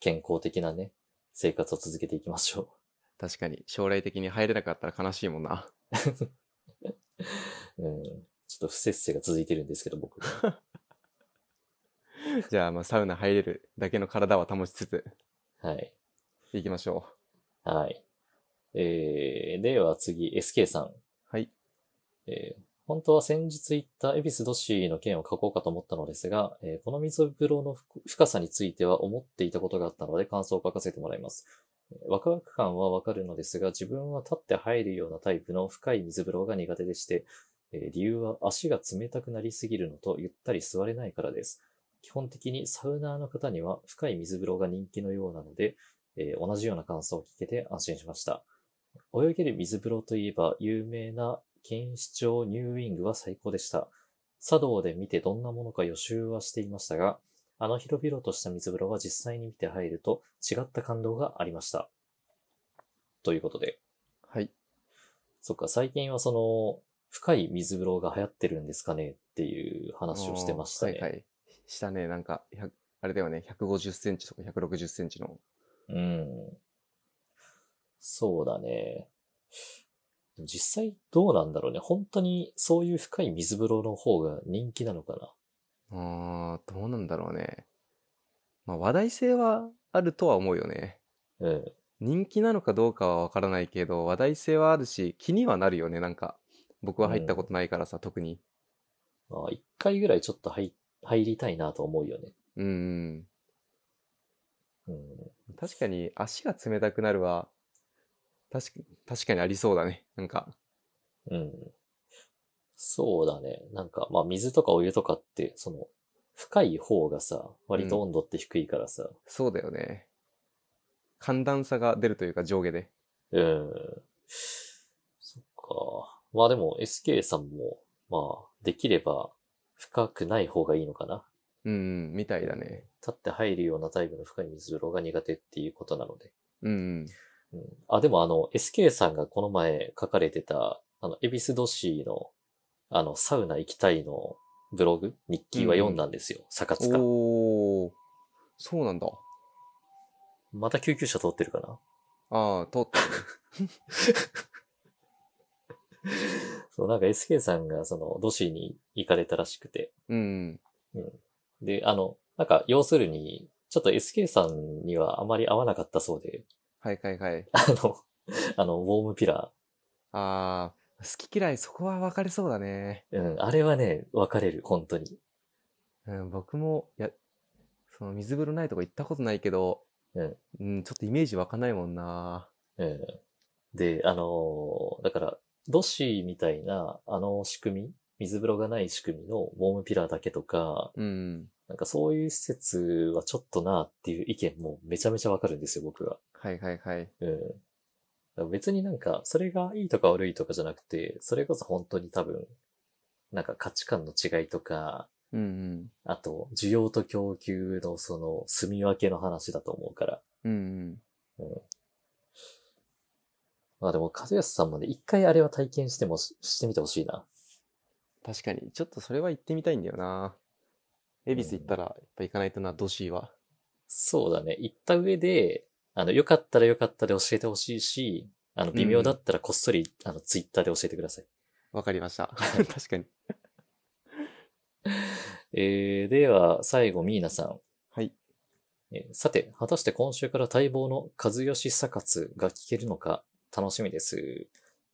Speaker 2: 健康的なね、生活を続けていきましょ
Speaker 3: 確かに将来的に入れなかったら悲しいもんな。
Speaker 2: う。 うん。ちょっと不節制が続いてるんですけど、僕。
Speaker 3: じゃあまあサウナ入れるだけの体は保ちつつ
Speaker 2: はい。
Speaker 3: 行きましょ
Speaker 2: はい。えー、では次、SK さん。
Speaker 3: う。はい。
Speaker 2: えー、本当は先日言った恵比寿ドシーの件を書こうかと思ったのですが、えーこの水風呂の深深さについては思っていたことがあったので感想を書かせてもらいます。えーワクワク感はわかるのですが、自分は立って入るようなタイプの深い水風呂が苦手でして、えー理由は足が冷たくなりすぎるのとゆったり座れないからです。基本的にサウナーの方には深い水風呂が人気のようなので、ええー同じような感想を聞けて安心しました。泳げる水風呂といえば有名な錦糸町ニューウィングは最高でした。茶道で見てどんなものか予習はしていましたが、あの広々とした水風呂は実際に見て入ると違った感動がありました。ということで。
Speaker 3: はい。
Speaker 2: そっか、最近はその、深い水風呂が流行ってるんですかねっていう話をしてましたね。
Speaker 3: はいはい。したね、なんか、100あれだよね、150センチとか160センチの。
Speaker 2: うん。そうだね。でも実際どうなんだろうね。本当にそういう深い水風呂の方が人気なのかな。
Speaker 3: あー、どうなんだろうね。まあ、話題性はあるとは思うよね。
Speaker 2: うん。
Speaker 3: 人気なのかどうかはわからないけど、話題性はあるし、気にはなるよね、なんか。僕は入ったことないからさ、特に。
Speaker 2: まあ、一回ぐらいちょっと入入りたいなと思うよね。
Speaker 3: うん。
Speaker 2: うん。
Speaker 3: 確かに、足が冷たくなるは、確か確かにありそうだね。なんか。
Speaker 2: うん。そうだね。なんか、まあ水とかお湯とかって、その、深い方がさ、割と温度って低いからさ、
Speaker 3: そうだよね。寒暖差が出るというか上下で。
Speaker 2: うん。そっか。まあでも SK さんも、まあ、できれば深くない方がいいのかな。
Speaker 3: うん、うん、みたいだね。
Speaker 2: 立って入るようなタイプの深い水風呂が苦手っていうことなので。
Speaker 3: うん、うん。
Speaker 2: うん、あ、でもあの、SK さんがこの前書かれてた、あの、エビスドシーの、あの、サウナ行きたいのブログ、日記は読んだんですよ。坂津か。
Speaker 3: おお、そうなんだ。
Speaker 2: また救急車通ってるかな
Speaker 3: ああ、通ったね。
Speaker 2: そう、なんか SK さんがその、ドシーに行かれたらしくて。
Speaker 3: うん。
Speaker 2: で、あの、なんか、要するに、ちょっと SK さんにはあまり合わなかったそうで、
Speaker 3: はいはいはい。
Speaker 2: あの、あの、ウォームピラ
Speaker 3: ああ、好き嫌いそこは分かれそうだね。
Speaker 2: ー。うん、あれはね、分かれる、本当に。
Speaker 3: うん、僕も、いや、その水風呂ないとこ行ったことないけど、
Speaker 2: うん。
Speaker 3: うん、ちょっとイメージ湧かないもんな。
Speaker 2: うん。で、あのーだから、ドシーみたいな、あの仕組み、水風呂がない仕組みのウォームピラーだけとか、
Speaker 3: うん。
Speaker 2: なんかそういう施設はちょっとなっていう意見もめちゃめちゃわかるんですよ、僕は。
Speaker 3: はいはいはい。
Speaker 2: うん。別になんか、それがいいとか悪いとかじゃなくて、それこそ本当に多分、なんか価値観の違いとか、
Speaker 3: うん
Speaker 2: あと、需要と供給のその、住み分けの話だと思うから。
Speaker 3: うん。うん
Speaker 2: まあでも、和康さんもね、一回あれは体験してもし、してみてほしいな。
Speaker 3: うん。確かに、ちょっとそれは行ってみたいんだよな。恵比寿行ったら、やっぱ行かないとな、ドシーは。
Speaker 2: そうだね。行った上で、あの、よかったらよかったで教えてほしいし、あの、微妙だったらこっそり、あの、ツイッターで教えてください。
Speaker 3: わかりました。 確かに。
Speaker 2: えー、では、最後、ミーナさん。
Speaker 3: はい。
Speaker 2: えーさて、果たして今週から待望の和義サカツが聞けるのか楽しみです。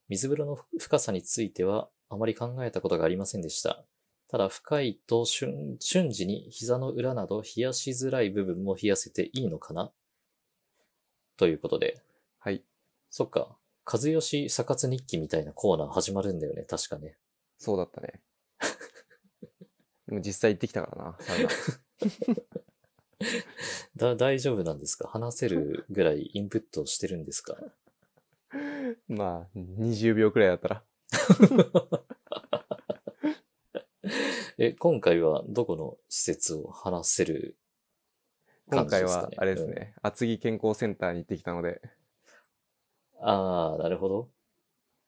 Speaker 2: 水風呂の深さについてはあまり考えたことがありませんでした。ただ、深いと瞬瞬時に膝の裏など冷やしづらい部分も冷やせていいのかなということで。
Speaker 3: はい。
Speaker 2: そっか。和義サカツ日記みたいなコーナー始まるんだよね、確かね。
Speaker 3: そうだった ね。でも実際行ってきたからな、サウナ。
Speaker 2: だ、大丈夫なんですか話せるぐらいインプットしてるんですか
Speaker 3: まあ、20秒くらいだったら。
Speaker 2: え、今回はどこの施設を話せる
Speaker 3: 今
Speaker 2: 感じ
Speaker 3: 回
Speaker 2: ですか
Speaker 3: は
Speaker 2: ね、
Speaker 3: あれですね、厚木健康センターに行ってきたので、
Speaker 2: ああ、なるほど。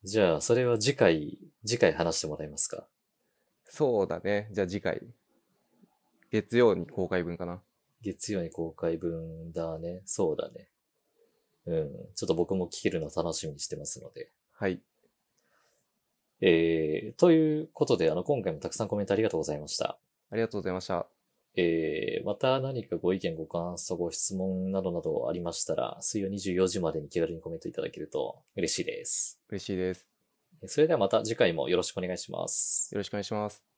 Speaker 2: じゃあ、それは次回、次回話してもらえますか。
Speaker 3: そうだね、じゃあ次回、月曜に公開分かな。
Speaker 2: 月曜に公開分だね。そうだね。うん。ちょっと僕も聞けるの楽しみにしてますので。
Speaker 3: はい。
Speaker 2: えー、ということで、あの、今回もたくさんコメントありがとうございました。
Speaker 3: ありがとうございました。
Speaker 2: えー、また何かご意見、ご感想、ご質問などなどありましたら、水曜24時までに気軽にコメントいただけると嬉しいです。
Speaker 3: 嬉しいです。
Speaker 2: それではまた次回もよろしくお願いします。
Speaker 3: よろしくお願いします。